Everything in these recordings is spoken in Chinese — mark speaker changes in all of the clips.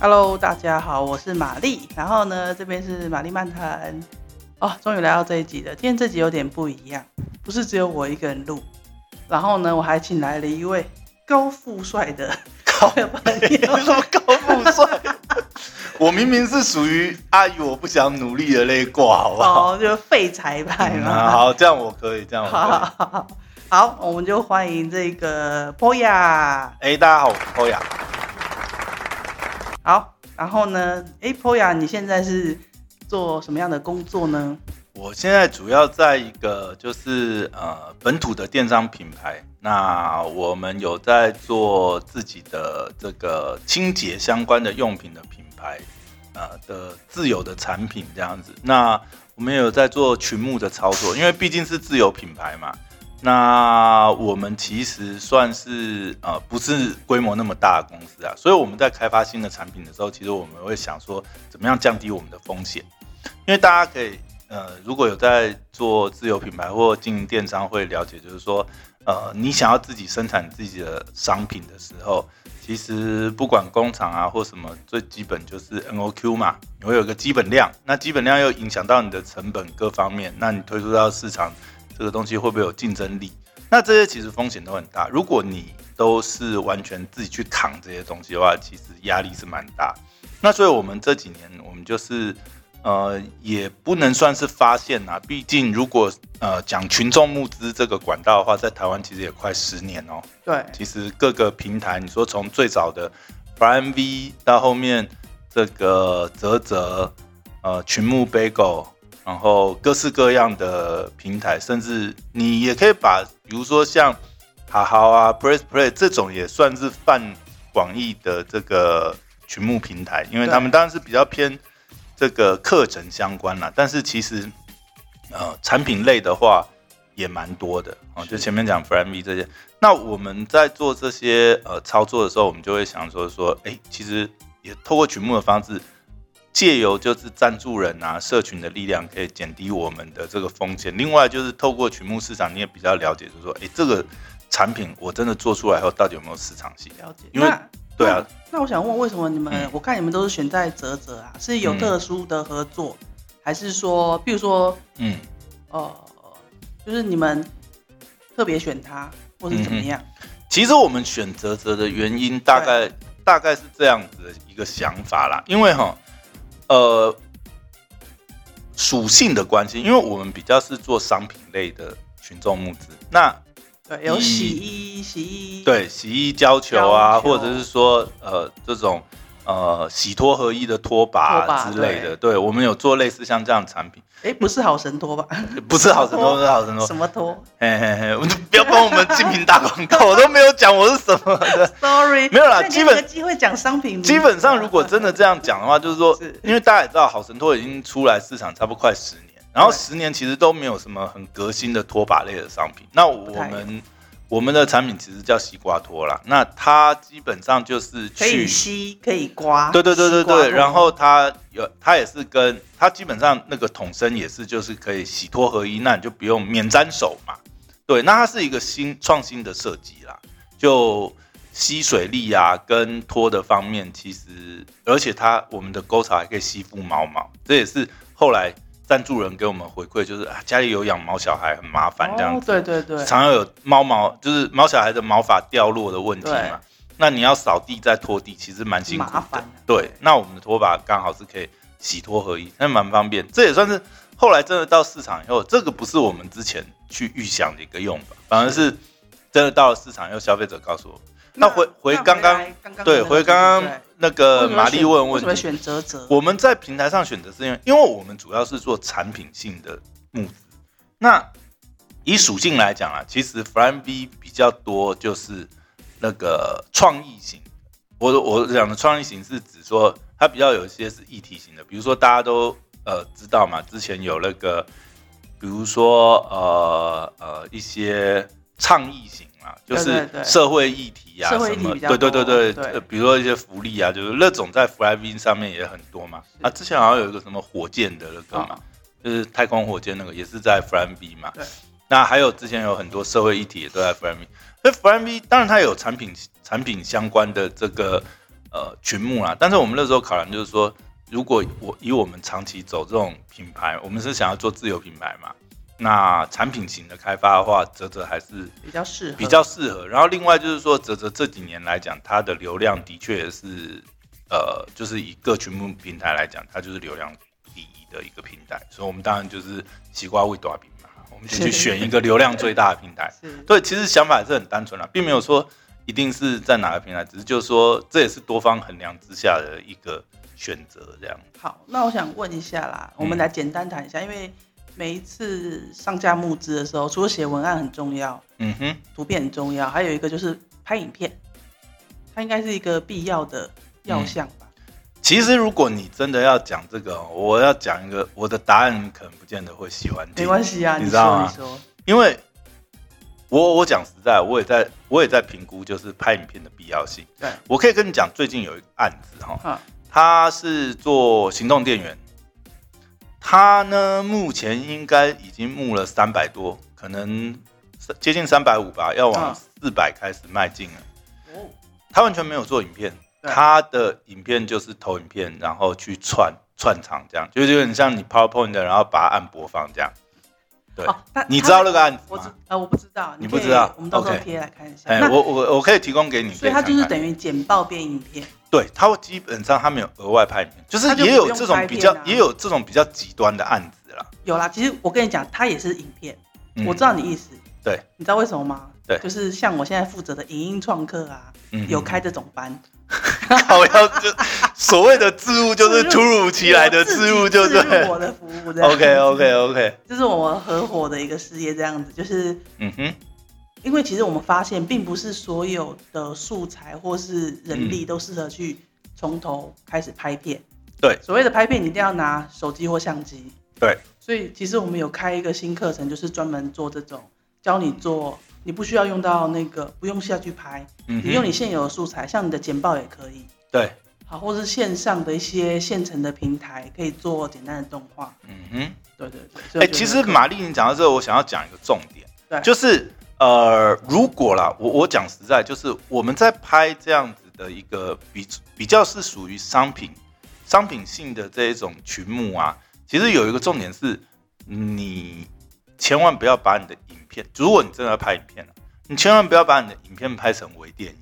Speaker 1: Hello，大家好，我是玛丽。然后呢，这边是玛丽漫谈。哦，终于来到这一集了。今天这集有点不一样，不是只有我一个人录。然后呢，我还请来了一位高富帅的好朋友。
Speaker 2: 什么高 富帅？我明明是属于阿姨，我不想努力的那一挂，好不好？
Speaker 1: 哦，就是废柴派
Speaker 2: 嗯
Speaker 1: 嘛。
Speaker 2: 好，这样我可以，这样我
Speaker 1: 好
Speaker 2: 可以。
Speaker 1: 好好好好，我们就欢迎这个 Poya。
Speaker 2: 哎、大家好，我是欧雅。
Speaker 1: 好，然后呢，哎，Poya，你现在是做什么样的工作呢？
Speaker 2: 我现在主要在一个就是呃本土的电商品牌，那我们有在做自己的这个清洁相关的用品的品牌，呃的自有的产品这样子。那我们也有在做群募的操作，因为毕竟是自有品牌嘛。那我们其实算是呃不是规模那么大的公司啊，所以我们在开发新的产品的时候，其实我们会想说怎么样降低我们的风险。因为大家可以，呃，如果有在做自有品牌或经营电商，会了解，就是说，呃，你想要自己生产自己的商品的时候，其实不管工厂啊或什么，最基本就是 NOQ 嘛，你会有个基本量，那基本量又影响到你的成本各方面，那你推出到市场这个东西会不会有竞争力？那这些其实风险都很大。如果你都是完全自己去扛这些东西的话，其实压力是蛮大。那所以我们这几年，我们就是呃，也不能算是发现啦。毕竟如果呃讲群众募资这个管道的话，在台湾其实也快十年哦、
Speaker 1: 对，
Speaker 2: 其实各个平台，你说从最早的 Prime V 到后面这个泽泽，呃，群募 Bagel，然后各式各样的平台，甚至你也可以把，比如说像好好啊、Press Play 这种也算是泛广义的这个群募平台，因为
Speaker 1: 对
Speaker 2: 他们当然是比较偏这个课程相关啦，但是其实呃产品类的话也蛮多的啊、哦，
Speaker 1: 是
Speaker 2: 就前面讲 Frame V 这些。那我们在做这些呃操作的时候，我们就会想说说，哎、其实也透过群募的方式，借由就是赞助人啊、社群的力量，可以减低我们的这个风险。另外就是透过群募市场，你也比较了解，就是说，哎、这个产品我真的做出来后，到底有没有市场性？
Speaker 1: 了解。
Speaker 2: 因为
Speaker 1: 那
Speaker 2: 对啊，
Speaker 1: 那我想问，为什么你们？
Speaker 2: 嗯
Speaker 1: 我看你们都是选在泽泽啊，是有
Speaker 2: 嗯
Speaker 1: 特殊的合作，还是说，比如说，
Speaker 2: 嗯。
Speaker 1: 呃，就是你们特别选它，或是怎么样？
Speaker 2: 嗯其实我们选择择的原因，大概大概是这样子的一个想法啦，因为哈，呃，属性的关系，因为我们比较是做商品类的群众募资，那
Speaker 1: 对，有
Speaker 2: 以
Speaker 1: 洗衣、洗衣，，
Speaker 2: 嗯对洗衣胶球啊，
Speaker 1: 胶球
Speaker 2: 或者是说呃这种呃洗脱合一的拖把
Speaker 1: 拖把
Speaker 2: 啊之类的，对我们有做类似像这样的产品，
Speaker 1: 哎，不是好神拖吧？
Speaker 2: 不是好神多，不是好神 多，
Speaker 1: 什么 拖
Speaker 2: 嘿嘿嘿，我就不要帮我们竞品打广告，我都没有讲我是什么的。
Speaker 1: ？Sorry，
Speaker 2: 没有啦
Speaker 1: 那你
Speaker 2: 基本
Speaker 1: 有个机会讲商品名字啊，
Speaker 2: 基本上，如果真的这样讲的话，就是说
Speaker 1: 是，
Speaker 2: 因为大家也知道，好神拖已经出来市场差不多快十年，然后
Speaker 1: 对
Speaker 2: 十年其实都没有什么很革新的拖把类的商品。那我
Speaker 1: 不太有
Speaker 2: 们我们的产品其实叫西瓜拖啦，那它基本上就是
Speaker 1: 可以
Speaker 2: 去，
Speaker 1: 吸，可以刮，哦
Speaker 2: 对对对对
Speaker 1: 西瓜
Speaker 2: 对，
Speaker 1: 头
Speaker 2: 然后它有它也是跟它基本上那个桶身也是就是可以洗脱合一，那你就不用免沾手嘛。对，那它是一个新创新的设计啦，就吸水力啊跟拖的方面，其实而且它我们的沟槽还可以吸附毛毛，这也是后来赞助人给我们回馈，就是啊家里有养毛小孩很麻烦这样
Speaker 1: 哦
Speaker 2: 子，
Speaker 1: 对对对，
Speaker 2: 常常有猫毛就是毛小孩的毛发掉落的问题嘛。那你要扫地再拖地，其实蛮辛苦
Speaker 1: 麻烦
Speaker 2: 的
Speaker 1: 啊。
Speaker 2: 对，那我们的拖把刚好是可以洗拖合一，那蛮方便。这也算是后来真的到市场以后，这个不是我们之前去预想的一个用法，反而是真的到了市场以后，消费者告诉我们。那回回刚刚
Speaker 1: 来刚刚
Speaker 2: 对，
Speaker 1: 那个
Speaker 2: 回刚
Speaker 1: 对
Speaker 2: 刚那个
Speaker 1: 为什么
Speaker 2: 玛丽
Speaker 1: 选
Speaker 2: 问
Speaker 1: 为
Speaker 2: 问
Speaker 1: 什么
Speaker 2: 题，
Speaker 1: 选泽泽？
Speaker 2: 我们在平台上选择是因为，因为我们主要是做产品性的募资。那以属性来讲啊，其实 f r a m V 比较多就是那个创意型。我我讲的创意型是指说它比较有一些是议题型的，比如说大家都呃知道嘛，之前有那个，比如说呃呃一些倡议型啊，就
Speaker 1: 对
Speaker 2: 是
Speaker 1: 对对
Speaker 2: 社会议题啊
Speaker 1: 社会
Speaker 2: 什
Speaker 1: 议题
Speaker 2: 么，
Speaker 1: 比较
Speaker 2: 对对
Speaker 1: 多
Speaker 2: 对对，
Speaker 1: 对
Speaker 2: 呃比如说一些福利啊，就是那种在 Flyvin 上面也很多嘛。
Speaker 1: 是
Speaker 2: 啊，之前好像有一个什么火箭的那个嘛，
Speaker 1: 啊
Speaker 2: 就是太空火箭那个也是在 Flyvin 嘛。
Speaker 1: 对。
Speaker 2: 那还有之前有很多社会议题也都在 Flyvin，所以 Flyvin 当然它有产品产品相关的这个呃群目啦。但是我们那时候考量就是说，如果我以我们长期走这种品牌，我们是想要做自有品牌嘛，那产品型的开发的话，泽泽还是
Speaker 1: 比较适合，
Speaker 2: 比较适合。然后另外就是说，泽泽这几年来讲，它的流量的确是，呃，就是以各群目平台来讲，它就是流量第一的一个平台，所以我们当然就是西瓜味大饼嘛，我们就去选一个流量最大的平 台。
Speaker 1: 是
Speaker 2: 对，其实想法是很单纯啦，啊并没有说一定是在哪个平台，只是就是说这也是多方衡量之下的一个选择，这样。
Speaker 1: 好。那我想问一下啦，我们
Speaker 2: 嗯
Speaker 1: 来简单谈一下，因为每一次上架募资的时候，除了写文案很重要，
Speaker 2: 嗯哼，
Speaker 1: 图片很重要，还有一个就是拍影片，它应该是一个必要的
Speaker 2: 嗯
Speaker 1: 要项吧？
Speaker 2: 其实如果你真的要讲这个哦，我要讲一个，我的答案可能不见得会喜欢听，
Speaker 1: 没关系啊，
Speaker 2: 你
Speaker 1: 你
Speaker 2: 知道
Speaker 1: 说
Speaker 2: 吗
Speaker 1: 你说，
Speaker 2: 因为我我讲实在，我也在我也在评估，就是拍影片的必要性。
Speaker 1: 对，
Speaker 2: 我可以跟你讲，最近有一个案子哈、
Speaker 1: 哈，
Speaker 2: 他是做行动电源，他呢目前应该已经募了三百多，可能是接近三百五吧，要
Speaker 1: 嗯
Speaker 2: 往四百开始迈进了。
Speaker 1: 哦，
Speaker 2: 他完全没有做影片，
Speaker 1: 对
Speaker 2: 他的影片就是投影片，然后去串串场这样，就是有点像你 PowerPoint 的，然后把它按播放这样。对，
Speaker 1: 哦那
Speaker 2: 你
Speaker 1: 它
Speaker 2: 知道那个案子
Speaker 1: 我知
Speaker 2: 吗？
Speaker 1: 呃我不知道，
Speaker 2: 你
Speaker 1: 可以
Speaker 2: 不知道
Speaker 1: 我们到时候
Speaker 2: OK
Speaker 1: 贴来看一下。
Speaker 2: 哎、
Speaker 1: 那
Speaker 2: 我我我可以提供给你，
Speaker 1: 所以它
Speaker 2: 可
Speaker 1: 就
Speaker 2: 看
Speaker 1: 是
Speaker 2: 看
Speaker 1: 等于简报变影片，
Speaker 2: 对，他基本上他没有额外拍影片，就是
Speaker 1: 他就
Speaker 2: 也
Speaker 1: 不
Speaker 2: 有
Speaker 1: 用
Speaker 2: 这种
Speaker 1: 拍
Speaker 2: 比
Speaker 1: 片
Speaker 2: 较，
Speaker 1: 啊
Speaker 2: 也有这种比较极端的案子啦。
Speaker 1: 有啦。其实我跟你讲，它也是影片，
Speaker 2: 嗯
Speaker 1: 我知道你意思。
Speaker 2: 对，
Speaker 1: 你知道为什么吗？
Speaker 2: 对
Speaker 1: 就是像我现在负责的影音创客啊，
Speaker 2: 嗯
Speaker 1: 有开这种班，
Speaker 2: 好要就所谓的自入，就是突如其来的
Speaker 1: 自
Speaker 2: 自入，就
Speaker 1: 自
Speaker 2: 对
Speaker 1: 入我的服务这样。
Speaker 2: OK OK OK，
Speaker 1: 这是我们合伙的一个事业，这样子，就是
Speaker 2: 嗯哼，
Speaker 1: 因为其实我们发现，并不是所有的素材或是人
Speaker 2: 嗯
Speaker 1: 力都适合去从头开始拍片。
Speaker 2: 对
Speaker 1: 所谓的拍片，你一定要拿手机或相机。
Speaker 2: 对，
Speaker 1: 所以其实我们有开一个新课程，就是专门做这种，教你做，你不需要用到那个，不用下去拍，
Speaker 2: 嗯
Speaker 1: 你用
Speaker 2: 哼，
Speaker 1: 你现有的素材，像你的简报也可以，
Speaker 2: 对，
Speaker 1: 好，或是线上的一些现成的平台，可以做简单的动画。
Speaker 2: 嗯哼。
Speaker 1: 对对对。
Speaker 2: 哎、
Speaker 1: 所以我觉得
Speaker 2: 其实玛丽，你讲到这个，我想要讲一个重点，
Speaker 1: 对
Speaker 2: 就是呃，如果啦，我我讲实在，就是我们在拍这样子的一个比比较是属于商品商品性的这一种群目啊，其实有一个重点是，你千万不要把你的影片，如果你真的要拍影片、啊、你千万不要把你的影片拍成微电影。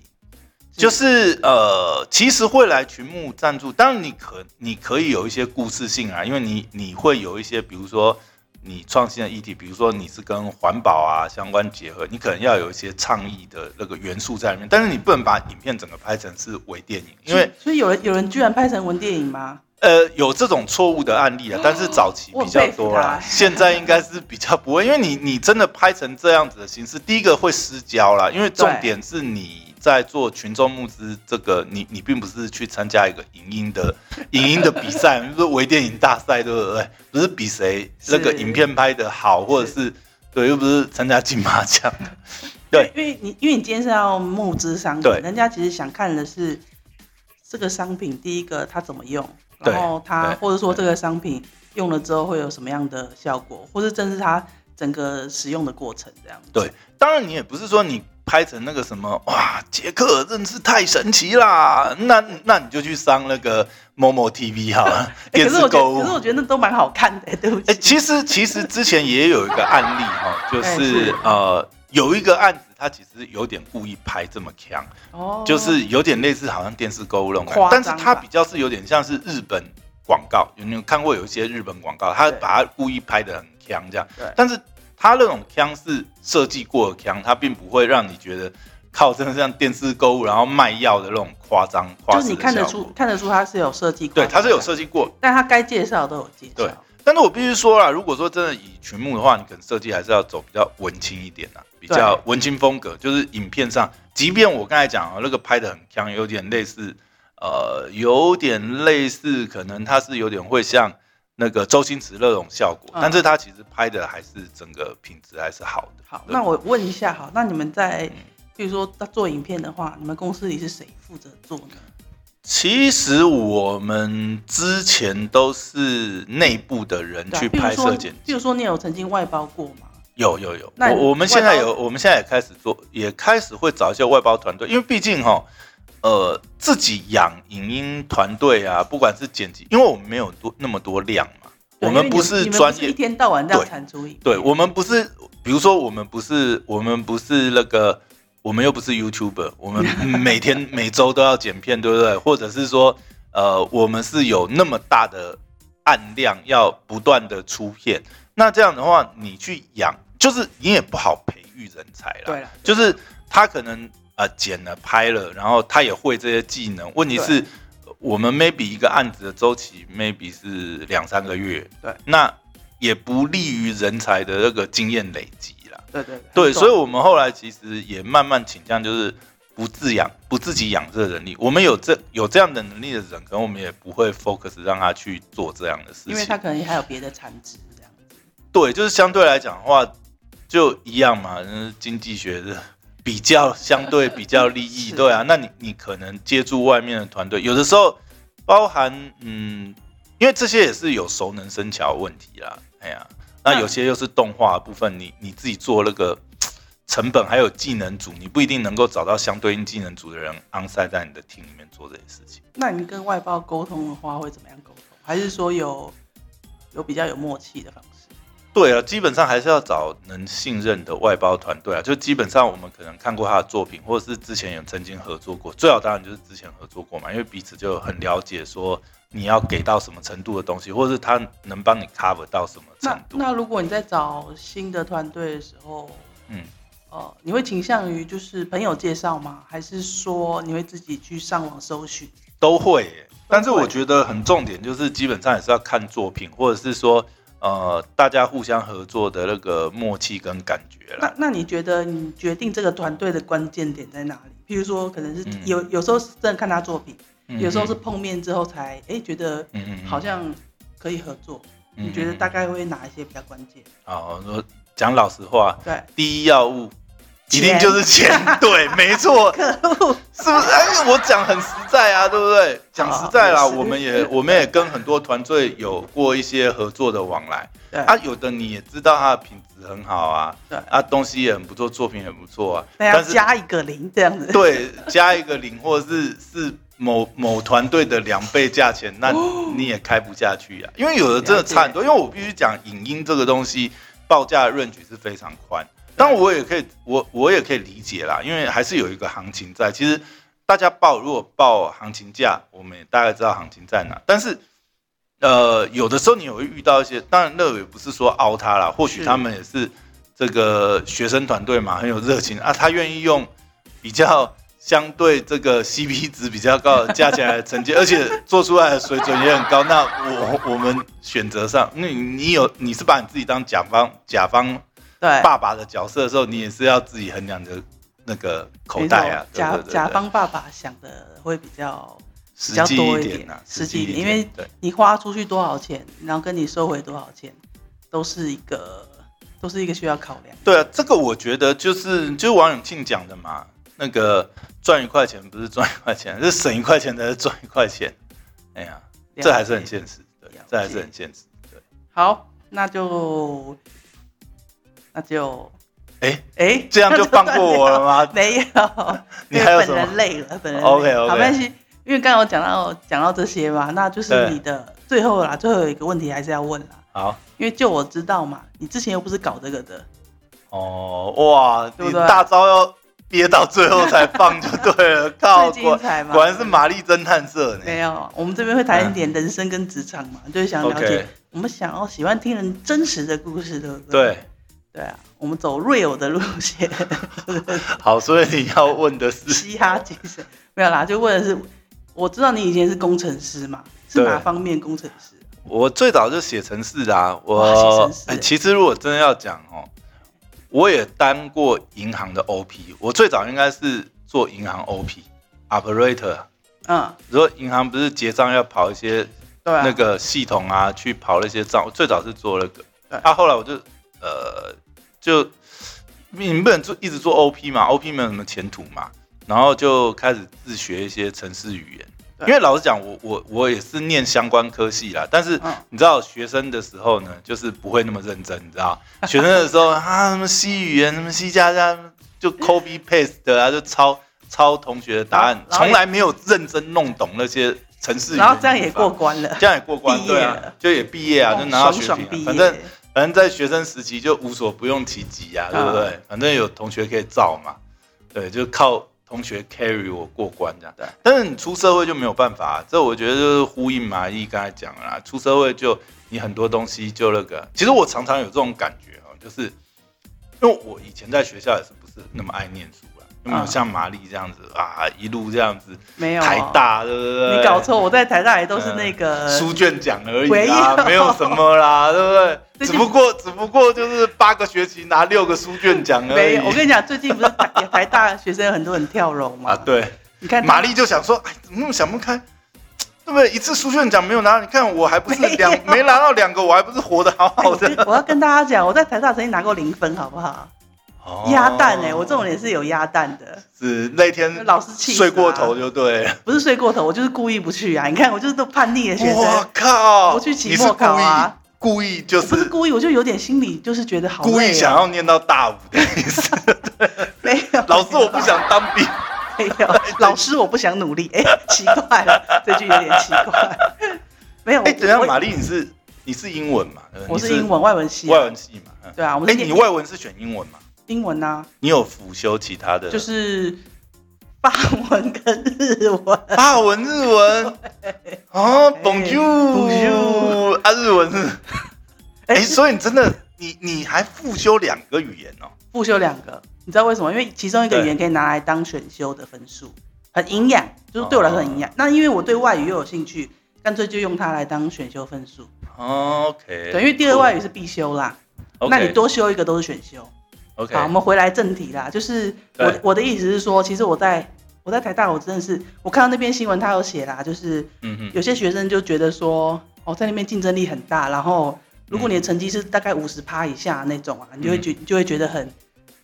Speaker 2: 就是呃，其实会来群幕赞助，当然你可你可以有一些故事性啊，因为你你会有一些，比如说你创新的议题，比如说你是跟环保啊相关结合，你可能要有一些倡议的那个元素在里面，但是你不能把影片整个拍成是微电影，因
Speaker 1: 所
Speaker 2: 为
Speaker 1: 以所以有人有人居然拍成文电影吗？
Speaker 2: 呃，有这种错误的案例啊，但是早期比较多
Speaker 1: 我很
Speaker 2: 啦
Speaker 1: 佩服他，
Speaker 2: 现在应该是比较不会，因为你你真的拍成这样子的形式，第一个会失焦啦，因为重点是你在做群众募资这个，你你并不是去参加一个影音的 影音的比赛，不是微电影大赛，对不对？不是比谁
Speaker 1: 是
Speaker 2: 那个影片拍的好，或者是对，又不是参加金马奖，对，
Speaker 1: 因为你因为你今天是要募资商品
Speaker 2: 对，
Speaker 1: 人家其实想看的是这个商品，第一个它怎么用，
Speaker 2: 对
Speaker 1: 然后它
Speaker 2: 对
Speaker 1: 或者说这个商品用了之后会有什么样的效果，或是正是它整个使用的过程这样子。
Speaker 2: 对当然，你也不是说你拍成那个什么哇，杰克真是太神奇啦，那那你就去上那个某某 TV 好了，
Speaker 1: 哎
Speaker 2: 电
Speaker 1: 可是
Speaker 2: 视
Speaker 1: 我觉
Speaker 2: 购
Speaker 1: 得，
Speaker 2: 物
Speaker 1: 可是。我觉得那都蛮好看的、对不
Speaker 2: 哎、
Speaker 1: 起。
Speaker 2: 其实其实之前也有一个案例哈，就
Speaker 1: 哎
Speaker 2: 是
Speaker 1: 是
Speaker 2: 呃有一个案子，他其实有点故意拍这么强，
Speaker 1: 哦
Speaker 2: 哎就是有点类似好像电视购物那种感
Speaker 1: 夸
Speaker 2: 觉，
Speaker 1: 张
Speaker 2: 但
Speaker 1: 吧
Speaker 2: 是它比较是有点像是日本广告，有没有看过有一些日本广告，它
Speaker 1: 对
Speaker 2: 把它故意拍的很强这样
Speaker 1: 对，
Speaker 2: 但是它那种强是设计过的强，它并不会让你觉得靠真的像电视购物然后卖药的那种夸张夸
Speaker 1: 就是
Speaker 2: 饰
Speaker 1: 你
Speaker 2: 的
Speaker 1: 看得
Speaker 2: 效
Speaker 1: 出
Speaker 2: 果，，
Speaker 1: 看得出它是有设计过
Speaker 2: 对，
Speaker 1: 的，
Speaker 2: 它是有设计过，
Speaker 1: 但它该介绍的都有介
Speaker 2: 对
Speaker 1: 绍。
Speaker 2: 但是我必须说啦，如果说真的以群幕的话，你可能设计还是要走比较文青一点啦，比较文青风格，就是影片上，即便我刚才讲啊，那个拍的很强，有点类似，呃，有点类似，可能它是有点会像那个周星驰那种效果，
Speaker 1: 嗯
Speaker 2: 但是它其实拍的还是整个品质还是好的。
Speaker 1: 好，
Speaker 2: 对
Speaker 1: 那我问一下，好，那你们在
Speaker 2: 嗯
Speaker 1: 比如说做影片的话，你们公司里是谁负责做呢？
Speaker 2: 其实我们之前都是内部的人
Speaker 1: 对啊
Speaker 2: 去
Speaker 1: 比如
Speaker 2: 拍摄
Speaker 1: 说
Speaker 2: 剪辑。
Speaker 1: 比如说，你有曾经外包过吗？
Speaker 2: 有有有，
Speaker 1: 那你
Speaker 2: 我我们现在
Speaker 1: 外包
Speaker 2: 有，我们现在也开始做，也开始会找一些外包团队，因为毕竟哈，呃自己养影音团队啊，不管是剪辑，因为我们没有多那么多量嘛，
Speaker 1: 对
Speaker 2: 我
Speaker 1: 因为
Speaker 2: 们
Speaker 1: 你
Speaker 2: 不是
Speaker 1: 你们
Speaker 2: 专
Speaker 1: 不一
Speaker 2: 业，
Speaker 1: 天到晚这样
Speaker 2: 对
Speaker 1: 产出影片
Speaker 2: 对我们不是，比如说我们不是我们不是那个。我们又不是 YouTuber，我们每 天每周都要剪片，对不对？或者是说，呃，我们是有那么大的案量要不断的出片，那这样的话，你去养，就是你也不好培育人才啦。
Speaker 1: 对了，
Speaker 2: 就是他可能呃剪了拍了，然后他也会这些技能。问题是，我们 maybe 一个案子的周期 maybe 是两三个月，
Speaker 1: 对，
Speaker 2: 那也不利于人才的那个经验累积啦。
Speaker 1: 对对
Speaker 2: 对，
Speaker 1: 很
Speaker 2: 所以
Speaker 1: 重
Speaker 2: 我们后来其实也慢慢倾向就是不自养、不自己养这个能力。我们有这有这样的能力的人，可能我们也不会 focus 让他去做这样的事情，
Speaker 1: 因为他可能还有别的产值这样。
Speaker 2: 对，就是相对来讲的话，就一样嘛，嗯经济学的比较相对比较利益，
Speaker 1: 是
Speaker 2: 对啊，那你你可能接触外面的团队，有的时候包含嗯，因为这些也是有熟能生巧的问题啦，哎呀，那
Speaker 1: 那
Speaker 2: 有些又是动画的部分，你你自己做那个。成本还有技能组，你不一定能够找到相对应技能组的人 onsite 在你的 team 里面做这些事情。
Speaker 1: 那你跟外包沟通的话，会怎么样沟通？还是说有有比较有默契的方式？
Speaker 2: 对啊，基本上还是要找能信任的外包团队啊。就基本上我们可能看过他的作品，或者是之前也曾经合作过。最好当然就是之前合作过嘛，因为彼此就很了解说你要给到什么程度的东西，或者是他能帮你 cover 到什么程
Speaker 1: 那
Speaker 2: 度。
Speaker 1: 那如果你在找新的团队的时候，
Speaker 2: 嗯，
Speaker 1: 呃，你会倾向于就是朋友介绍吗？还是说你会自己去上网搜寻？
Speaker 2: 都会耶。但是我觉得很重点就是，基本上也是要看作品，或者是说呃大家互相合作的那个默契跟感觉啦
Speaker 1: 那。那你觉得你决定这个团队的关键点在哪里？譬如说，可能是
Speaker 2: 嗯
Speaker 1: 有有时候是真的看他作品，
Speaker 2: 嗯
Speaker 1: 有时候是碰面之后才哎、觉得
Speaker 2: 嗯嗯嗯
Speaker 1: 好像可以合作。
Speaker 2: 嗯
Speaker 1: 你觉得大概会哪一些比较关键？
Speaker 2: 好，我说讲老实话，
Speaker 1: 对，
Speaker 2: 第一要务一
Speaker 1: 钱
Speaker 2: 定就是钱，对，没 错，
Speaker 1: 可恶，
Speaker 2: 是不是？哎，我讲很实在啊，对不对？讲实在啦，
Speaker 1: 好啊是
Speaker 2: 我们也我们也跟很多团队有过一些合作的往来
Speaker 1: 对
Speaker 2: 啊，有的你也知道它的品质很好啊，
Speaker 1: 对
Speaker 2: 啊，东西也很不错，作品也很不错啊，
Speaker 1: 那要
Speaker 2: 但是
Speaker 1: 加一个零这样子。
Speaker 2: 对加一个零或是是某某团队的两倍价钱，那你也开不下去啊，因为有的真的差很多。因为我必须讲，影音这个东西报价的 range 是非常宽，但我也可以，我我也可以理解啦，因为还是有一个行情在。其实大家报如果报行情价，我们也大概知道行情在哪，但是。呃，有的时候你也会遇到一些，当然乐也不是说凹他啦，或许
Speaker 1: 是
Speaker 2: 他们也是这个学生团队嘛，很有热情啊，他愿意用比较相对这个 CP 值比较高的价钱来 承接，而且做出来的水准也很高。那我我们选择上，那你你有你是把你自己当甲方甲方
Speaker 1: 对，
Speaker 2: 爸爸的角色的时候，你也是要自己衡量的那个口袋啊，
Speaker 1: 没错
Speaker 2: 对
Speaker 1: 甲
Speaker 2: 对对对
Speaker 1: 甲方爸爸想的会比较，
Speaker 2: 实
Speaker 1: 比较
Speaker 2: 际
Speaker 1: 多一
Speaker 2: 点
Speaker 1: 点
Speaker 2: 呐、啊，
Speaker 1: 实
Speaker 2: 实
Speaker 1: 际
Speaker 2: 际
Speaker 1: 一点
Speaker 2: 一点，
Speaker 1: 因为
Speaker 2: 对
Speaker 1: 你花出去多少钱，然后跟你收回多少钱，都是一个都是一个需要考量。
Speaker 2: 对啊，这个我觉得就是就是王永庆讲的嘛，那个赚一块钱不是赚一块钱，是省一块钱才是赚一块钱。哎呀，这还是很现实，对
Speaker 1: 了解，
Speaker 2: 这还是很现实，对。
Speaker 1: 好，那就那就
Speaker 2: 哎、
Speaker 1: 哎、
Speaker 2: 这样就放过我了吗？
Speaker 1: 没有，
Speaker 2: 你还有
Speaker 1: 因为
Speaker 2: 什
Speaker 1: 本人
Speaker 2: 么？
Speaker 1: 累了，本人累
Speaker 2: OK，OK
Speaker 1: 好，没关系。因为刚刚我讲到讲到这些嘛，那就是
Speaker 2: 对
Speaker 1: 你的最后啦，最后有一个问题还是要问啦，
Speaker 2: 好
Speaker 1: 因为就我知道嘛，你之前又不是搞这个的，
Speaker 2: 哦，哇，
Speaker 1: 对不
Speaker 2: 你
Speaker 1: 对
Speaker 2: 大招要憋到最后才放就 对了，靠，
Speaker 1: 最
Speaker 2: 果
Speaker 1: 精彩嘛，
Speaker 2: 果然是玛丽侦探社呢。
Speaker 1: 没有，我们这边会谈一点人生跟职场嘛，就是想了解
Speaker 2: 嗯 OK，
Speaker 1: 我们想要喜欢听人真实的故事，对不对？
Speaker 2: 对，
Speaker 1: 对啊，我们走 real 的路 线，
Speaker 2: 好，所以你要问的是，
Speaker 1: 嘻哈精神没有啦，就问的是，我知道你以前是工程师嘛，是
Speaker 2: 对
Speaker 1: 哪方面工程师？
Speaker 2: 我最早就写程式的啊，
Speaker 1: 哇写
Speaker 2: 我
Speaker 1: 程式
Speaker 2: 哎其实如果真的要讲哦，我也当过银行的 OP，我最早应该是做银行 OP operator，
Speaker 1: 嗯，
Speaker 2: 如果银行不是结账要跑一些
Speaker 1: 对啊，
Speaker 2: 那个系统啊，去跑那些账。我最早是做那个
Speaker 1: 对，
Speaker 2: 啊，后来我就呃，就你不能做一直做 OP 嘛，OP 没有什么前途嘛，然后就开始自学一些程式语言。
Speaker 1: 对
Speaker 2: 因为老实讲，我我我也是念相关科系啦，但是
Speaker 1: 嗯
Speaker 2: 你知道学生的时候呢，就是不会那么认真，你知道，学生的时候啊，什么 C 语言，什么 C 加加，就 copy paste 啊，就抄抄同学的答案，
Speaker 1: 然后
Speaker 2: 从来没有认真弄懂那些城市语言
Speaker 1: 然后这样
Speaker 2: 语
Speaker 1: 也
Speaker 2: 法
Speaker 1: 过，关了，
Speaker 2: 这样也过关，
Speaker 1: 毕业
Speaker 2: 对啊
Speaker 1: 了，
Speaker 2: 就也毕业啊，就拿到
Speaker 1: 爽
Speaker 2: 学
Speaker 1: 爽
Speaker 2: 品啊、
Speaker 1: 毕业，
Speaker 2: 反正反正在学生时期就无所不用其极
Speaker 1: 啊
Speaker 2: 呀、对不对？反正有同学可以照嘛，对，就靠同学 carry 我过关这样。
Speaker 1: 对
Speaker 2: 但是你出社会就没有办法、啊这我觉得就是呼应麻衣刚才讲的啦，出社会就你很多东西就那个。其实我常常有这种感觉哦，就是因为我以前在学校也是不是那么爱念书啦，就没有
Speaker 1: 嗯
Speaker 2: 像玛丽这样子啊，一路这样子，
Speaker 1: 没有
Speaker 2: 台，大对不对？
Speaker 1: 你搞错，我在台大也都是那个
Speaker 2: 书卷奖而已
Speaker 1: 唯
Speaker 2: 啦，
Speaker 1: 一
Speaker 2: 没有什么 啦，对不
Speaker 1: 最
Speaker 2: 对？
Speaker 1: 近
Speaker 2: 只不过只不过就是八个学期拿六个书卷奖而
Speaker 1: 没
Speaker 2: 已。
Speaker 1: 有，我跟你讲，最近不是台台大学生有很多人跳楼嘛？
Speaker 2: 啊，对，
Speaker 1: 你看
Speaker 2: 玛丽就想说，哎，怎么那么想不开？对不对？一次书卷奖没有拿，你看我还不是
Speaker 1: 没有
Speaker 2: 两没拿到两个，我还不是活得好
Speaker 1: 哎我
Speaker 2: 好
Speaker 1: 跟
Speaker 2: 的？
Speaker 1: 我要跟大家讲，我在台大曾经拿过零分，好不好？
Speaker 2: 哦
Speaker 1: 鸭蛋哎、我这种人是有鸭蛋的，
Speaker 2: 是那天
Speaker 1: 老师气死啊
Speaker 2: 睡过头就对了。
Speaker 1: 不是睡过头，我就是故意不去啊！你看，我就是都叛逆的学
Speaker 2: 我
Speaker 1: 生，啊
Speaker 2: 靠！
Speaker 1: 我去期
Speaker 2: 你是
Speaker 1: 末考啊
Speaker 2: 故意故意就
Speaker 1: 我不是
Speaker 2: 是
Speaker 1: 故意，我就有点心里就是觉得好累、哦，
Speaker 2: 故意想要念到大五的意思。
Speaker 1: 没有
Speaker 2: 老师，我不想当兵。
Speaker 1: 没有，老师我不想努力，哎、奇怪了，这句有点奇怪，没有，
Speaker 2: 哎，等一下，
Speaker 1: 我
Speaker 2: 玛丽，你是你是英文嘛？对不对
Speaker 1: 我
Speaker 2: 你
Speaker 1: 是英文外文系、
Speaker 2: 外
Speaker 1: 啊，
Speaker 2: 文系嘛。嗯
Speaker 1: 对啊，我
Speaker 2: 哎、
Speaker 1: 是
Speaker 2: 你
Speaker 1: 念
Speaker 2: 外文是选英文嘛？
Speaker 1: 英文啊，
Speaker 2: 你有辅修其他的？
Speaker 1: 就是法文跟日文。
Speaker 2: 法文、日 文啊，Bonjour，
Speaker 1: 哎 Bonjour
Speaker 2: 啊，日文是。哎、所以你真的，你你还复修两个语言哦。
Speaker 1: 复修两个，你知道为什么？因为其中一个
Speaker 2: 对
Speaker 1: 语言可以拿来当选修的分数，很营养，就是对我来说很营养。
Speaker 2: 哦
Speaker 1: 那因为我对外语又有兴趣，干脆就用它来当选修分数。
Speaker 2: 哦 OK，
Speaker 1: 对，因为第二外语是必修啦，
Speaker 2: 酷，
Speaker 1: 那你多修一个都是选修。
Speaker 2: 哦 OK，
Speaker 1: 好，我们回来正题啦，就是我
Speaker 2: 对
Speaker 1: 我的意思是说，其实我在我在台大，我真的是我看到那篇新闻，他有写啦，就是
Speaker 2: 嗯嗯，
Speaker 1: 有些学生就觉得说，哦，在那边竞争力很大，然后如果你的成绩是大概五十趴以下那种啊，
Speaker 2: 嗯
Speaker 1: 你就会觉你就会觉得很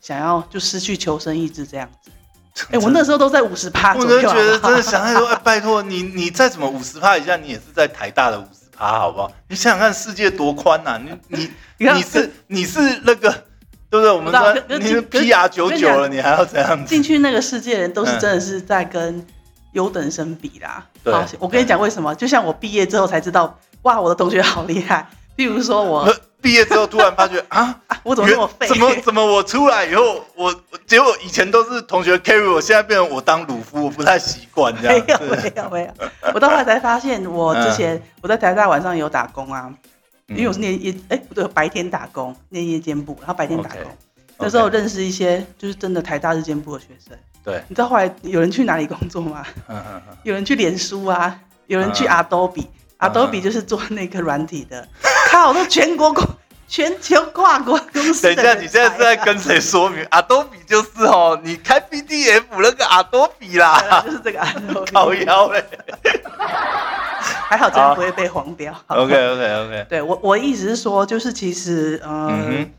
Speaker 1: 想要就失去求生意志这样子。哎、我那时候都在五十趴
Speaker 2: 嗯我
Speaker 1: 左
Speaker 2: 真的
Speaker 1: 右、
Speaker 2: 觉
Speaker 1: 啊，
Speaker 2: 得真的想太多。哎、拜托你，你再怎么五十趴以下，你也是在台大的五十趴，好不好？你想想看，世界多宽呐、你你
Speaker 1: 你看
Speaker 2: 你是你是那个，对不对？我们说
Speaker 1: 可是
Speaker 2: 你是
Speaker 1: 可是
Speaker 2: PR 九九
Speaker 1: 我
Speaker 2: 了，你还要这样 子？
Speaker 1: 进去那个世界的人都是
Speaker 2: 嗯
Speaker 1: 真的是在跟优等生比啦。
Speaker 2: 对
Speaker 1: 好我跟你讲为什么？就像我毕业之后才知道，哇，我的同学好厉害。 譬如说我，
Speaker 2: 不毕业之后突然发觉 啊，
Speaker 1: 啊我怎么那么废？
Speaker 2: 呃怎么怎么我出来以后，我我结果以前都是同学 carry 我，现在变成我当鲁夫，我不太习惯这
Speaker 1: 没
Speaker 2: 样
Speaker 1: 有
Speaker 2: 子。
Speaker 1: 没有没有，我到后来才发现，我之
Speaker 2: 嗯
Speaker 1: 前我在台大晚上有打工啊，因为我是念夜，哎、不对，白天打工，念夜间部，然后白天打工。
Speaker 2: OK，
Speaker 1: 那时候认识一些就是真的台大日间部的学生，
Speaker 2: 嗯对，
Speaker 1: 你知道后来有人去哪里工作吗？
Speaker 2: 嗯嗯嗯，
Speaker 1: 有人去脸书啊，有人去
Speaker 2: 嗯
Speaker 1: Adobe，Adobe、
Speaker 2: 嗯
Speaker 1: Adobe 就是做那个软体的，靠，都全国公，全球跨国公司
Speaker 2: 等
Speaker 1: 的人才啊。
Speaker 2: 一下，你现在是在跟谁说明？ 阿多比就是哦，你开 PDF 那个阿多比
Speaker 1: 呃
Speaker 2: 啦，
Speaker 1: 就是这个 Adobe，
Speaker 2: 靠腰 嘞。
Speaker 1: 还好真的不会被黄标。
Speaker 2: OK OK OK，
Speaker 1: 对我我的意思是说，就是其实，
Speaker 2: 嗯
Speaker 1: 嗯，
Speaker 2: 哼，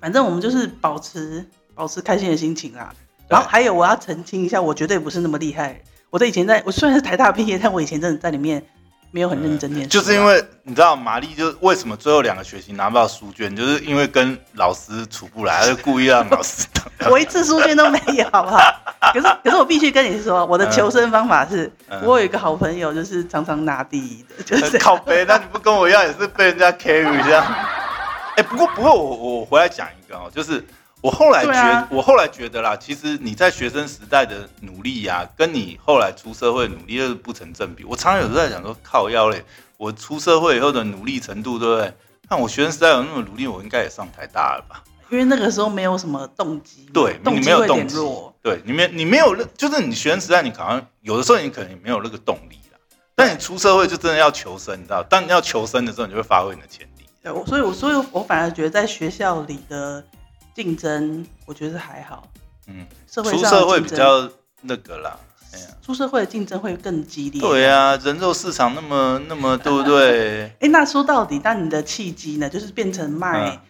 Speaker 1: 反正我们就是保持保持开心的心情啦。
Speaker 2: 对
Speaker 1: 然后还有我要澄清一下，我绝对不是那么厉害。我在以前在，我虽然是台大毕业，但我以前真的在里面没有很认真念书啊、
Speaker 2: 就是因为你知道玛丽就为什么最后两个学期拿不到书卷，就是因为跟老师处不来，她就故意让老师当。
Speaker 1: 我一次书卷都没有，好不好？ 可是可是我必须跟你说，我的求生方法是，
Speaker 2: 嗯
Speaker 1: 我有一个好朋友，就是常常拿第一的，就是
Speaker 2: 靠背，那你不跟我一样也是被人家 carry 这样？ 哎、不过不过我我回来讲一个哦，就是我后来觉、
Speaker 1: 对啊
Speaker 2: 我后来觉得啦，其实你在学生时代的努力呀、跟你后来出社会努力又是不成正比。我常常有时候在想说，靠腰嘞，我出社会以后的努力程度，对不对？看我学生时代有那么努力，我应该也上台大了吧？
Speaker 1: 因为那个时候没有什么动机嘛，
Speaker 2: 对，你
Speaker 1: 动
Speaker 2: 没
Speaker 1: 机
Speaker 2: 有
Speaker 1: 会有
Speaker 2: 动
Speaker 1: 点
Speaker 2: 机
Speaker 1: 弱。，
Speaker 2: 对，你没你没有那，就是你学生时代，你好像有的时候你可能也没有那个动力啦。但你出社会就真的要求生，你知道？当你要求生的时候，你就会发挥你的潜力。
Speaker 1: 对，我所以我所以我反而觉得在学校里的竞争，我觉得还好。
Speaker 2: 嗯，
Speaker 1: 社会
Speaker 2: 出
Speaker 1: 上
Speaker 2: 社会
Speaker 1: 的
Speaker 2: 比
Speaker 1: 竞争，
Speaker 2: 较那个啦。哎呀，
Speaker 1: 出社会的竞争会更激烈。
Speaker 2: 对啊，人肉市场那么那么，对不 对？
Speaker 1: 哎、那说到底，那你的契机呢？就是变成卖，
Speaker 2: 嗯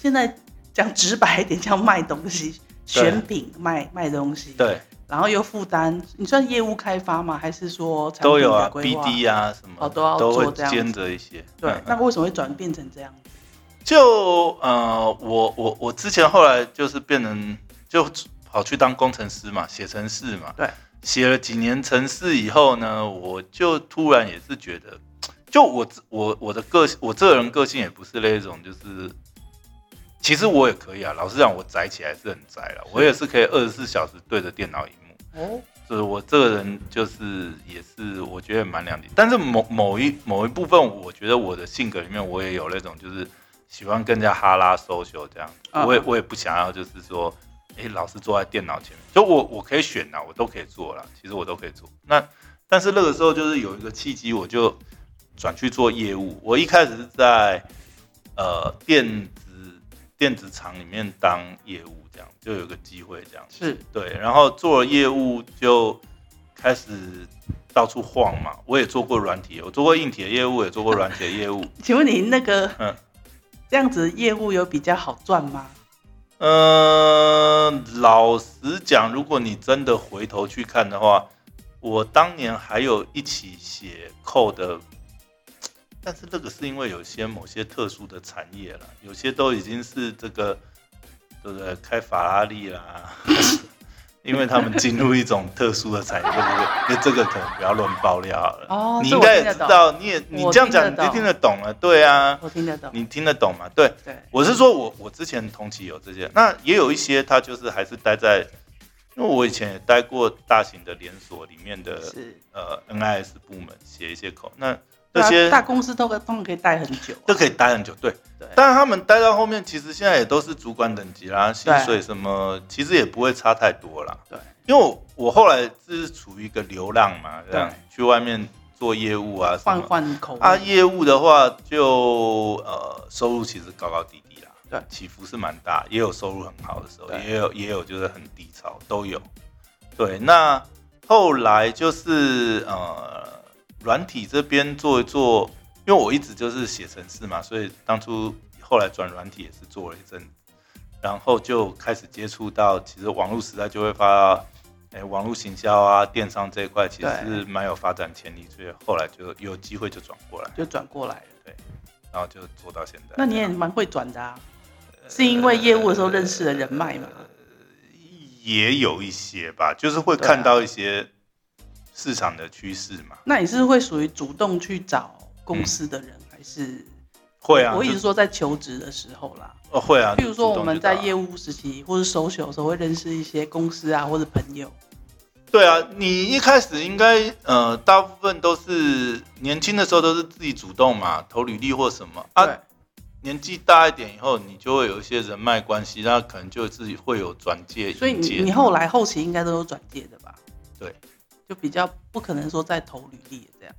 Speaker 1: 现在讲直白一点，叫卖东西，
Speaker 2: 对
Speaker 1: 选品卖卖东西。
Speaker 2: 对，
Speaker 1: 然后又负担，你算业务开发吗？还是说产
Speaker 2: 都
Speaker 1: 品
Speaker 2: 有啊
Speaker 1: 的规划？
Speaker 2: ，BD 啊什么，
Speaker 1: 哦都要
Speaker 2: 都
Speaker 1: 做
Speaker 2: 会
Speaker 1: 这样
Speaker 2: 兼着一些。
Speaker 1: 对
Speaker 2: 嗯，
Speaker 1: 那为什么会转变成这样子？
Speaker 2: 就呃，我我我之前后来就是变成就跑去当工程师嘛，写程式嘛。
Speaker 1: 对。
Speaker 2: 写了几年程式以后呢，我就突然也是觉得，就我自我我的个性，我这个人个性也不是那种就是，其实我也可以啊。老实讲，我宅起来是很宅了，我也是可以二十四小时对着电脑荧幕。
Speaker 1: 哦，
Speaker 2: 就是我这个人就是也是我觉得蛮两极，但是某某一某一部分，我觉得我的性格里面我也有那种就是喜欢更加哈拉 social 这样子，
Speaker 1: 嗯
Speaker 2: 我也我也不想要就是说，诶，老是坐在电脑前面，就我我可以选啊啦，我都可以做啦，其实我都可以做。那但是那个时候就是有一个契机，我就转去做业务。我一开始是在呃电子电子厂里面当业务，这样就有个机会这样子。
Speaker 1: 是
Speaker 2: 对，然后做了业务就开始到处晃嘛。我也做过软体，我做过硬体的业务，也做过软体的业务。
Speaker 1: 请问你那个
Speaker 2: 嗯
Speaker 1: 这样子业务有比较好赚吗？
Speaker 2: 呃，老实讲，如果你真的回头去看的话，我当年还有一起写扣的，但是那个是因为有些某些特殊的产业了，有些都已经是这个，对不对？开法拉利啦， 因为他们进入一种特殊的产业，对不对？那这个可能不要乱爆料好了。
Speaker 1: 哦
Speaker 2: 你
Speaker 1: 这
Speaker 2: 应
Speaker 1: 我
Speaker 2: 该也
Speaker 1: 听得
Speaker 2: 知
Speaker 1: 懂
Speaker 2: 道，你也你
Speaker 1: 我
Speaker 2: 这样
Speaker 1: 听
Speaker 2: 讲
Speaker 1: 得
Speaker 2: 你就
Speaker 1: 懂
Speaker 2: 听得懂了，对啊，
Speaker 1: 我听得懂，
Speaker 2: 你听得懂嘛？对。
Speaker 1: 对，
Speaker 2: 我是说我我之前同期有这些，那也有一些他就是还是待在，因为我以前也待过大型的连锁里面的
Speaker 1: 是。
Speaker 2: 呃 NIS 部门写一些口，那
Speaker 1: 对
Speaker 2: 那
Speaker 1: 啊
Speaker 2: 些
Speaker 1: 大公司都可以他们可以待很久啊、
Speaker 2: 都可以待很久，对。
Speaker 1: 对
Speaker 2: 但他们待到后面，其实现在也都是主管等级啦，薪
Speaker 1: 对
Speaker 2: 水什么其实也不会差太多啦。
Speaker 1: 对，
Speaker 2: 因为我我后来是处于一个流浪嘛，这样
Speaker 1: 对
Speaker 2: 去外面做业务啊什
Speaker 1: 换
Speaker 2: 么。
Speaker 1: 换口味。
Speaker 2: 啊，业务的话就呃收入其实高高低低啦，
Speaker 1: 对
Speaker 2: 起伏是蛮大，也有收入很好的时候，
Speaker 1: 对
Speaker 2: 也有也有就是很低潮都有。对，那后来就是呃软体这边做一做，因为我一直就是写程式嘛，所以当初后来转软体也是做了一阵子，然后就开始接触到，其实网络时代就会发到。哎，网络行销啊，电商这一块其实
Speaker 1: 对
Speaker 2: 是蛮有发展潜力，所以后来就有机会就转过来。
Speaker 1: 就转过来了。
Speaker 2: 然后就做到现在。
Speaker 1: 那你也蛮会转的啊，
Speaker 2: 呃
Speaker 1: 是因为业务的时候认识的人脉嘛？
Speaker 2: 也有一些吧，就是会
Speaker 1: 对啊
Speaker 2: 看到一些市场的趋势嘛。
Speaker 1: 那你是会属于主动去找公司的人，还是？
Speaker 2: 会啊，
Speaker 1: 我一
Speaker 2: 就
Speaker 1: 直说在求职的时候啦，
Speaker 2: 哦会啊。
Speaker 1: 譬如说我们在业
Speaker 2: 务，
Speaker 1: 务时期或者手写的时候，会认识一些公司啊或者朋友。
Speaker 2: 对啊，你一开始应该呃，大部分都是呃年轻的时候都是自己主动嘛，投履历或什么啊。
Speaker 1: 对，
Speaker 2: 年纪大一点以后，你就会有一些人脉关系，那可能就是会有转介。
Speaker 1: 所以
Speaker 2: 引介
Speaker 1: 你你后来后期应该都有转介的吧？
Speaker 2: 对，
Speaker 1: 就比较不可能说再投履历这样。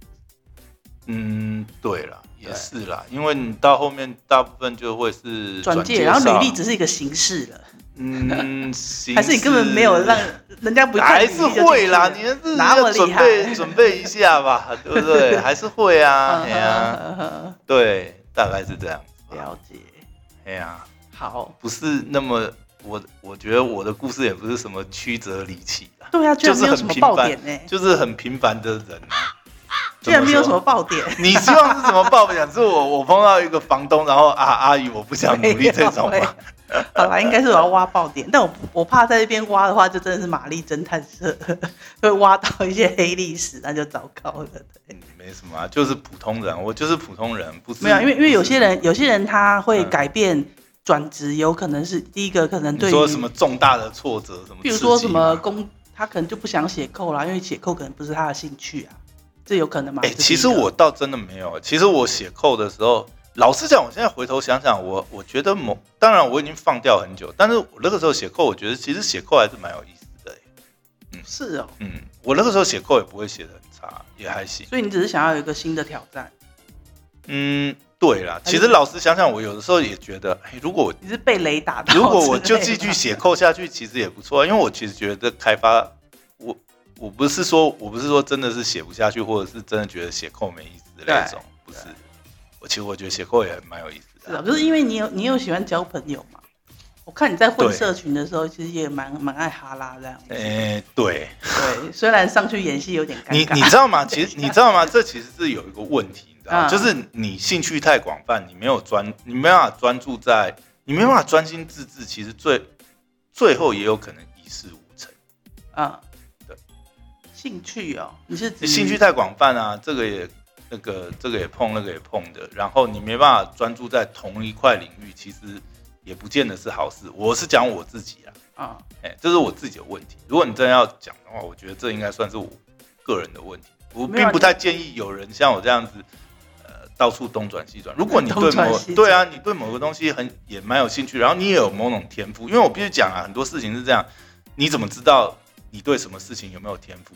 Speaker 2: 嗯，对了，也
Speaker 1: 对
Speaker 2: 是啦，因为你到后面大部分就会是
Speaker 1: 转介，
Speaker 2: 介
Speaker 1: 然后履历
Speaker 2: 绍
Speaker 1: 只是一个形式了，
Speaker 2: 嗯，
Speaker 1: 还是你根本没有让人家不看
Speaker 2: 还
Speaker 1: 履历
Speaker 2: 是
Speaker 1: 就进去了
Speaker 2: 会啦，你是
Speaker 1: 哪么
Speaker 2: 要
Speaker 1: 厉
Speaker 2: 准
Speaker 1: 害？
Speaker 2: 备准备一下 吧，对不对？还是会
Speaker 1: 嗯
Speaker 2: 啊，哎呀，
Speaker 1: 啊，
Speaker 2: 对，大概是这样，
Speaker 1: 了解。
Speaker 2: 哎呀，
Speaker 1: 好，
Speaker 2: 不是那么我我觉得我的故事也不是什么曲折离奇啦，
Speaker 1: 对啊，居
Speaker 2: 就
Speaker 1: 然
Speaker 2: 是
Speaker 1: 没有
Speaker 2: 很
Speaker 1: 什么
Speaker 2: 平
Speaker 1: 爆
Speaker 2: 凡
Speaker 1: 点呢、，
Speaker 2: 就是很平凡的人啊，
Speaker 1: 居然没有什
Speaker 2: 怎
Speaker 1: 么
Speaker 2: 说。
Speaker 1: 爆点。
Speaker 2: 你希望是什么报表？是我 我碰到一个房东，然后啊阿姨我不想努力这种
Speaker 1: 没有
Speaker 2: 吗？
Speaker 1: 欸好啦，应该是我要挖爆点，但我我怕在这边挖的话，就真的是玛丽侦探社 会挖到一些黑历史，那就糟糕了。对
Speaker 2: 嗯没什么啊，就是普通人，我就是普通人，不是
Speaker 1: 没有啊，因为因
Speaker 2: 不
Speaker 1: 为
Speaker 2: 是
Speaker 1: 有些人有些人他会
Speaker 2: 嗯
Speaker 1: 改变转职，有可能是第一个可能
Speaker 2: 你
Speaker 1: 对
Speaker 2: 说什么
Speaker 1: 于，
Speaker 2: 重大的挫折什么刺激吗，
Speaker 1: 比如说什么工，他可能就不想写扣啦，因为写扣可能不是他的兴趣啊，这有可能吗？
Speaker 2: 哎、
Speaker 1: 这是
Speaker 2: 其实
Speaker 1: 一个
Speaker 2: 我倒真的没有。其实我写扣的时候，老实讲，我现在回头想想，我我觉得某，当然我已经放掉很久，但是我那个时候写扣，我觉得其实写扣还是蛮有意思的、欸。
Speaker 1: 是哦，
Speaker 2: 嗯，我那个时候写扣也不会写的很差，也还行。
Speaker 1: 所以你只是想要有一个新的挑战，
Speaker 2: 嗯，对啦，其实老实想想，我有的时候也觉得，哎、如 果我
Speaker 1: 你是被雷打到之类
Speaker 2: 如
Speaker 1: 的吗。
Speaker 2: 果我就继续写 扣下去，其实也不错啊，因为我其实觉得开发，我我不是说我不是说真的是写不下去，或者是真的觉得写扣没意思的那种，不是
Speaker 1: 对。
Speaker 2: 我其实我觉得写扣也蛮有意思
Speaker 1: 是
Speaker 2: 的
Speaker 1: 啊，
Speaker 2: 啊、
Speaker 1: 就是因为你有你有喜欢交朋友嘛。我看你在混社群的时候，其实也蛮蛮爱哈拉这样。
Speaker 2: 哎、对
Speaker 1: 对，虽然上去演戏有点尴
Speaker 2: 你
Speaker 1: 尬。
Speaker 2: 你知道 吗？其实你知道吗？这其实是有一个问题，你知道吗？
Speaker 1: 嗯
Speaker 2: 就是你兴趣太广泛，你没有专，你没办法专注在，你没办法专心致志，其实最最后也有可能一事无成。
Speaker 1: 嗯，
Speaker 2: 对，
Speaker 1: 兴趣哦，你是指
Speaker 2: 兴趣太广泛啊，这个也那个这个也碰，那个也碰的，然后你没办法专注在同一块领域，其实也不见得是好事。我是讲我自己啊，
Speaker 1: 啊、
Speaker 2: 哎、这是我自己的问题。如果你真的要讲的话，我觉得这应该算是我个人的问题。我
Speaker 1: 没有
Speaker 2: 并
Speaker 1: 啊
Speaker 2: 不
Speaker 1: 你
Speaker 2: 太建议有人像我这样子，呃，到处东转西转。如果你对
Speaker 1: 东转
Speaker 2: 某
Speaker 1: 西转
Speaker 2: 对啊，你对某个东西很也蛮有兴趣，然后你也有某种天赋，因为我必须讲啊，很多事情是这样，你怎么知道你对什么事情有没有天赋？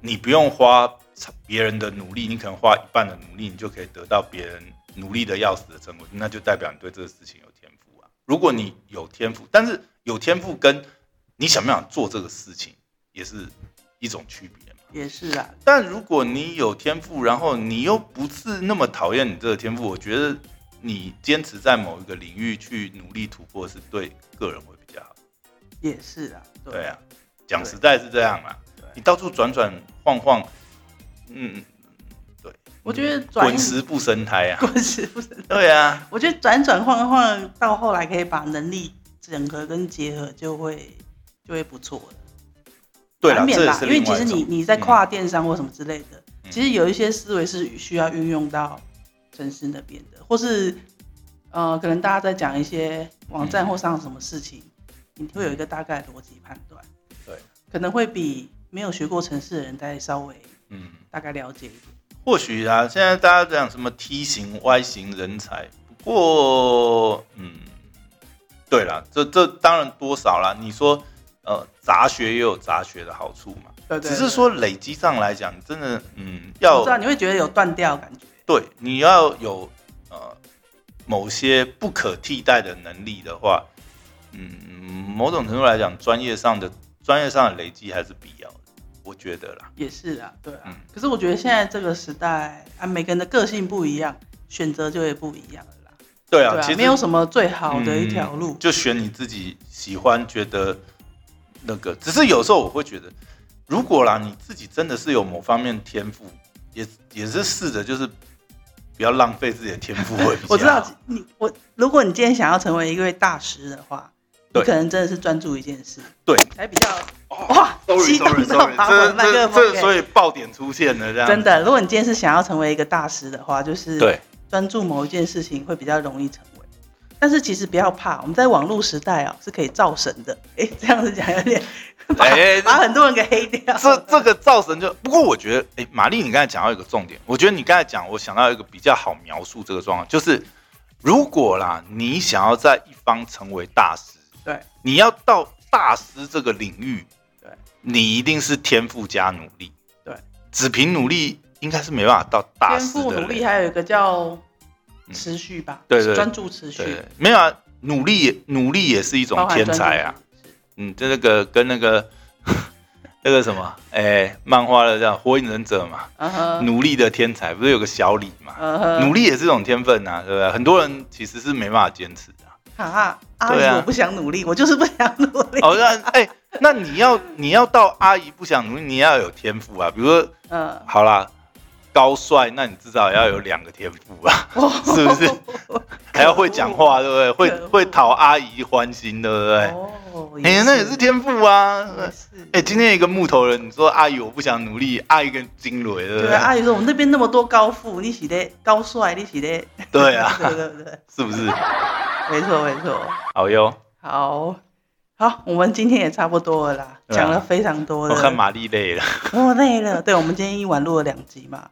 Speaker 2: 你不用花别人的努力，你可能花一半的努力，你就可以得到别人努力的要死的成果，那就代表你对这个事情有天赋啊。如果你有天赋，但是有天赋跟你想不想做这个事情也是一种区别嘛。
Speaker 1: 也是啊，
Speaker 2: 但如果你有天赋，然后你又不是那么讨厌你这个天赋，我觉得你坚持在某一个领域去努力突破，是对个人会比较好。
Speaker 1: 也是啊，对
Speaker 2: 对啊，讲实在是这样啦
Speaker 1: 对。
Speaker 2: 你到处转转晃晃，嗯，对，
Speaker 1: 我觉得转
Speaker 2: 滚石不生胎 啊。
Speaker 1: 滚石不是，
Speaker 2: 对啊，
Speaker 1: 我觉得转转换换到后来可以把能力整合跟结合，就会就会不错的。
Speaker 2: 对
Speaker 1: 难
Speaker 2: 啦，
Speaker 1: 免
Speaker 2: 这也
Speaker 1: 啦，
Speaker 2: 是
Speaker 1: 因为
Speaker 2: 另
Speaker 1: 其
Speaker 2: 外
Speaker 1: 实
Speaker 2: 一
Speaker 1: 你
Speaker 2: 种。
Speaker 1: 你在跨电商或什么之类的，
Speaker 2: 嗯
Speaker 1: 其实有一些思维是需要运用到城市那边的，或是呃，可能大家在讲一些网站
Speaker 2: 嗯
Speaker 1: 或上什么事情，你会有一个大概逻辑判断，
Speaker 2: 对，
Speaker 1: 可能会比没有学过城市的人再稍微
Speaker 2: 嗯，
Speaker 1: 大概了解一点。
Speaker 2: 或许啊，现在大家讲什么 T 型、Y 型人才，不过，嗯，对啦，这这当然多少啦。你说，呃，杂学也有杂学的好处嘛，
Speaker 1: 对对
Speaker 2: 呃只
Speaker 1: 对
Speaker 2: 是说累积上来讲，真的，嗯，
Speaker 1: 我
Speaker 2: 要
Speaker 1: 知道你会觉得有断掉的感觉，
Speaker 2: 对，你要有呃某些不可替代的能力的话，嗯，某种程度来讲，专业上的专业上的累积还是必要的，我觉得啦。
Speaker 1: 也是啊，对啊。
Speaker 2: 嗯
Speaker 1: 可是我觉得现在这个时代啊，每个人的个性不一样，选择就也不一样了啦。
Speaker 2: 对啊，
Speaker 1: 对
Speaker 2: 其
Speaker 1: 啊，
Speaker 2: 实
Speaker 1: 没有什么最好的一条路
Speaker 2: 嗯。就选你自己喜欢、觉得那个。只是有时候我会觉得，如果啦，你自己真的是有某方面天赋，也也是试着就是不要浪费自己的天赋啊会比较好。
Speaker 1: 我知道你我，如果你今天想要成为一位大师的话，你
Speaker 2: 对
Speaker 1: 可能真的是专注一件事，
Speaker 2: 对，
Speaker 1: 才比较哇激动到把我
Speaker 2: 哦这
Speaker 1: 的麦克
Speaker 2: 这
Speaker 1: 风
Speaker 2: 这，
Speaker 1: 给
Speaker 2: 所以爆点出现了，这样
Speaker 1: 真的。如果你今天是想要成为一个大师的话，就是
Speaker 2: 对
Speaker 1: 专注某一件事情会比较容易成为。但是其实不要怕，我们在网络时代哦是可以造神的。哎、 这样子讲有点把、
Speaker 2: 哎
Speaker 1: 把很多人给黑掉。
Speaker 2: 这这个造神就不过我觉得，哎、玛丽，你刚才讲到一个重点，我觉得你刚才讲，我想到一个比较好描述这个状况，就是如果啦，你想要在一方成为大师，
Speaker 1: 对
Speaker 2: 你要到大师这个领域，
Speaker 1: 对，
Speaker 2: 你一定是天赋加努力，
Speaker 1: 对，
Speaker 2: 只凭努力应该是没办法到大
Speaker 1: 天
Speaker 2: 师
Speaker 1: 赋
Speaker 2: 的
Speaker 1: 努力
Speaker 2: 力，
Speaker 1: 还有一个叫
Speaker 2: 嗯
Speaker 1: 持续吧，
Speaker 2: 对对
Speaker 1: 专注持续，
Speaker 2: 对，没有啊，努力也努力也是一
Speaker 1: 包
Speaker 2: 种
Speaker 1: 含
Speaker 2: 天
Speaker 1: 专注
Speaker 2: 才啊，
Speaker 1: 持续。
Speaker 2: 嗯，就那个跟那个 那个什么，哎、漫画的这样《火影忍者》嘛。
Speaker 1: 嗯哼，
Speaker 2: 努力的天才，不是有个小李嘛？
Speaker 1: 嗯哼
Speaker 2: 努力也是一种天分呐、对不对？很多人其实是没办法坚持的、啊。
Speaker 1: 啊，阿姨，
Speaker 2: 对啊
Speaker 1: 我不想努力，我就是不想努力。
Speaker 2: 哦，那哎、那你要你要到阿姨不想努力，你要有天赋啊。比如说，
Speaker 1: 嗯，
Speaker 2: 好啦，高帅，那你至少要有两个天 赋啊，
Speaker 1: 哦
Speaker 2: 是不是？还要会讲话，对不对？
Speaker 1: 可
Speaker 2: 会
Speaker 1: 恶
Speaker 2: 会讨阿姨欢心，对不对？哎、
Speaker 1: 哦，
Speaker 2: 那也是天赋啊。
Speaker 1: 也是。
Speaker 2: 哎、今天一个木头人，你说阿姨我不想努力，阿姨跟惊雷，对不
Speaker 1: 对啊，阿姨说我们那边那么多高富，你喜得高帅，你喜得，
Speaker 2: 对啊
Speaker 1: 对对对，
Speaker 2: 是不是？
Speaker 1: 没错没错。
Speaker 2: 好哟，
Speaker 1: 好，好，我们今天也差不多了啦，
Speaker 2: 对啊
Speaker 1: 讲了非常多
Speaker 2: 我
Speaker 1: 了，
Speaker 2: 看玛丽累了。
Speaker 1: 我累了。对，我们今天一晚录了两集嘛，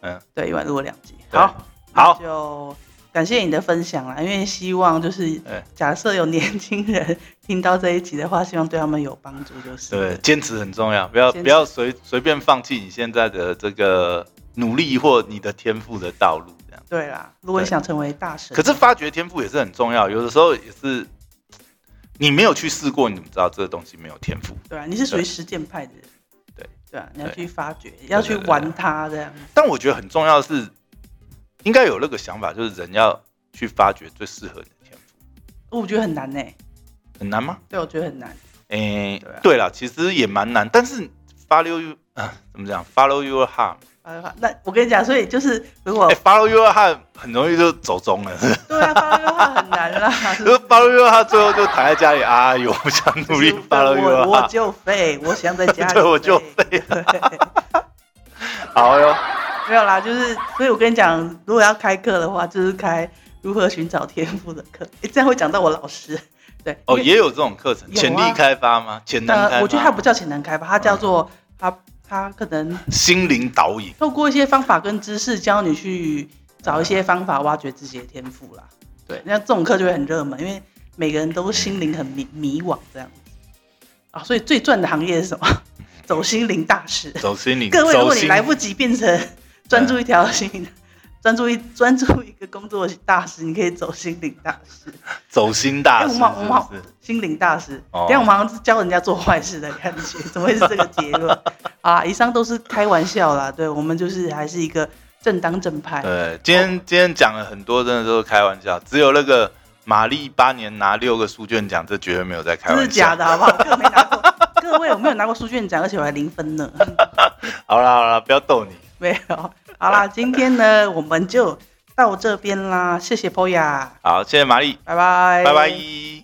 Speaker 2: 嗯，
Speaker 1: 对，一晚录了两集。
Speaker 2: 对
Speaker 1: 好，
Speaker 2: 好
Speaker 1: 那就感谢你的分享啦，因为希望就是
Speaker 2: 对
Speaker 1: 假设有年轻人听到这一集的话，希望对他们有帮助，就是
Speaker 2: 对，坚持很重要，不要
Speaker 1: 坚持
Speaker 2: 不要随随便放弃你现在的这个努力或你的天赋的道路这样。
Speaker 1: 对啦。如果你
Speaker 2: 对
Speaker 1: 想成为大神，
Speaker 2: 可是发掘天赋也是很重要，有的时候也是你没有去试过，你怎么知道这个东西没有天赋？
Speaker 1: 对啊，你是属于
Speaker 2: 对
Speaker 1: 实践派的人，
Speaker 2: 对
Speaker 1: 对啊，你要
Speaker 2: 对
Speaker 1: 去发掘，要去
Speaker 2: 对对
Speaker 1: 玩它这样。
Speaker 2: 但我觉得很重要的是，应该有那个想法，就是人要去发掘最适合你的天赋，
Speaker 1: 哦我觉得很难呢、
Speaker 2: 很难吗？
Speaker 1: 对，我觉得很难。
Speaker 2: 诶、
Speaker 1: 对啊
Speaker 2: 对了，其实也蛮难，但是 follow you 啊、怎么讲？follow your heart，
Speaker 1: 啊，好的话，那我跟你讲，所以就是如果
Speaker 2: 哎、f o l l o w your heart 很容易就走中了，
Speaker 1: 对啊，发的话很 难啦。
Speaker 2: 就是 follow your heart 最后就躺在家里，哎呦，我想
Speaker 1: 就
Speaker 2: 努
Speaker 1: 是
Speaker 2: 力 follow
Speaker 1: 我
Speaker 2: your
Speaker 1: 我
Speaker 2: heart，
Speaker 1: 就废，我想在家里
Speaker 2: 对我就
Speaker 1: 废。
Speaker 2: 好哟，哦
Speaker 1: 没有啦，就是所以我跟你讲，如果要开课的话，就是开如何寻找天赋的课。诶这样会讲到我老师， 对
Speaker 2: 哦，
Speaker 1: 因为
Speaker 2: 也有这种课程，
Speaker 1: 有啊
Speaker 2: 潜力开发吗？潜能开发嗯
Speaker 1: 呃，
Speaker 2: 吗？
Speaker 1: 我觉得它不叫潜能开发，它叫做它它可能
Speaker 2: 心灵导引，
Speaker 1: 透过一些方法跟知识，教你去找一些方法挖掘自己的天赋啦。
Speaker 2: 对
Speaker 1: 那这种课就会很热门，因为每个人都心灵很迷迷惘这样子啊。所以最赚的行业是什么？ 走心灵大师。
Speaker 2: 走心灵，
Speaker 1: 各位，如
Speaker 2: 走
Speaker 1: 果你
Speaker 2: 心
Speaker 1: 来不及变成专注一条心灵， 专注一专注一个工作大师，你可以走心灵大师。
Speaker 2: 走心大师，
Speaker 1: 哎我
Speaker 2: 是
Speaker 1: 们我们
Speaker 2: 不是？
Speaker 1: 心灵大师，
Speaker 2: 哦
Speaker 1: 等一下我们好像是教人家做坏事的感 觉，怎么会是这个结论？啊，以上都是开玩笑啦，对我们就是还是一个正当正派。
Speaker 2: 对，今天今天讲了很多，真的都是开玩笑，只有那个玛丽八年拿六个书卷奖，这绝对没有在开
Speaker 1: 这是
Speaker 2: 玩
Speaker 1: 假
Speaker 2: 笑。
Speaker 1: 的，好不好？各位没拿过，各位我没有拿过书卷奖，而且我还零分呢，
Speaker 2: 好啦好啦，不要逗你，
Speaker 1: 没有。好啦，今天呢我们就到这边啦，谢谢 Poya，
Speaker 2: 好，谢谢玛丽，
Speaker 1: 拜拜，
Speaker 2: 拜拜